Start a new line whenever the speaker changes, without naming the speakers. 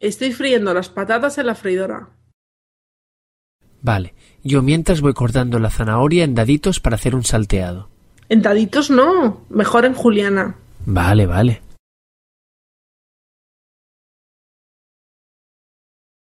Estoy friendo las patatas en la freidora.
Vale, yo mientras voy cortando la zanahoria en daditos para hacer un salteado.
En daditos no, mejor en juliana.
Vale, vale.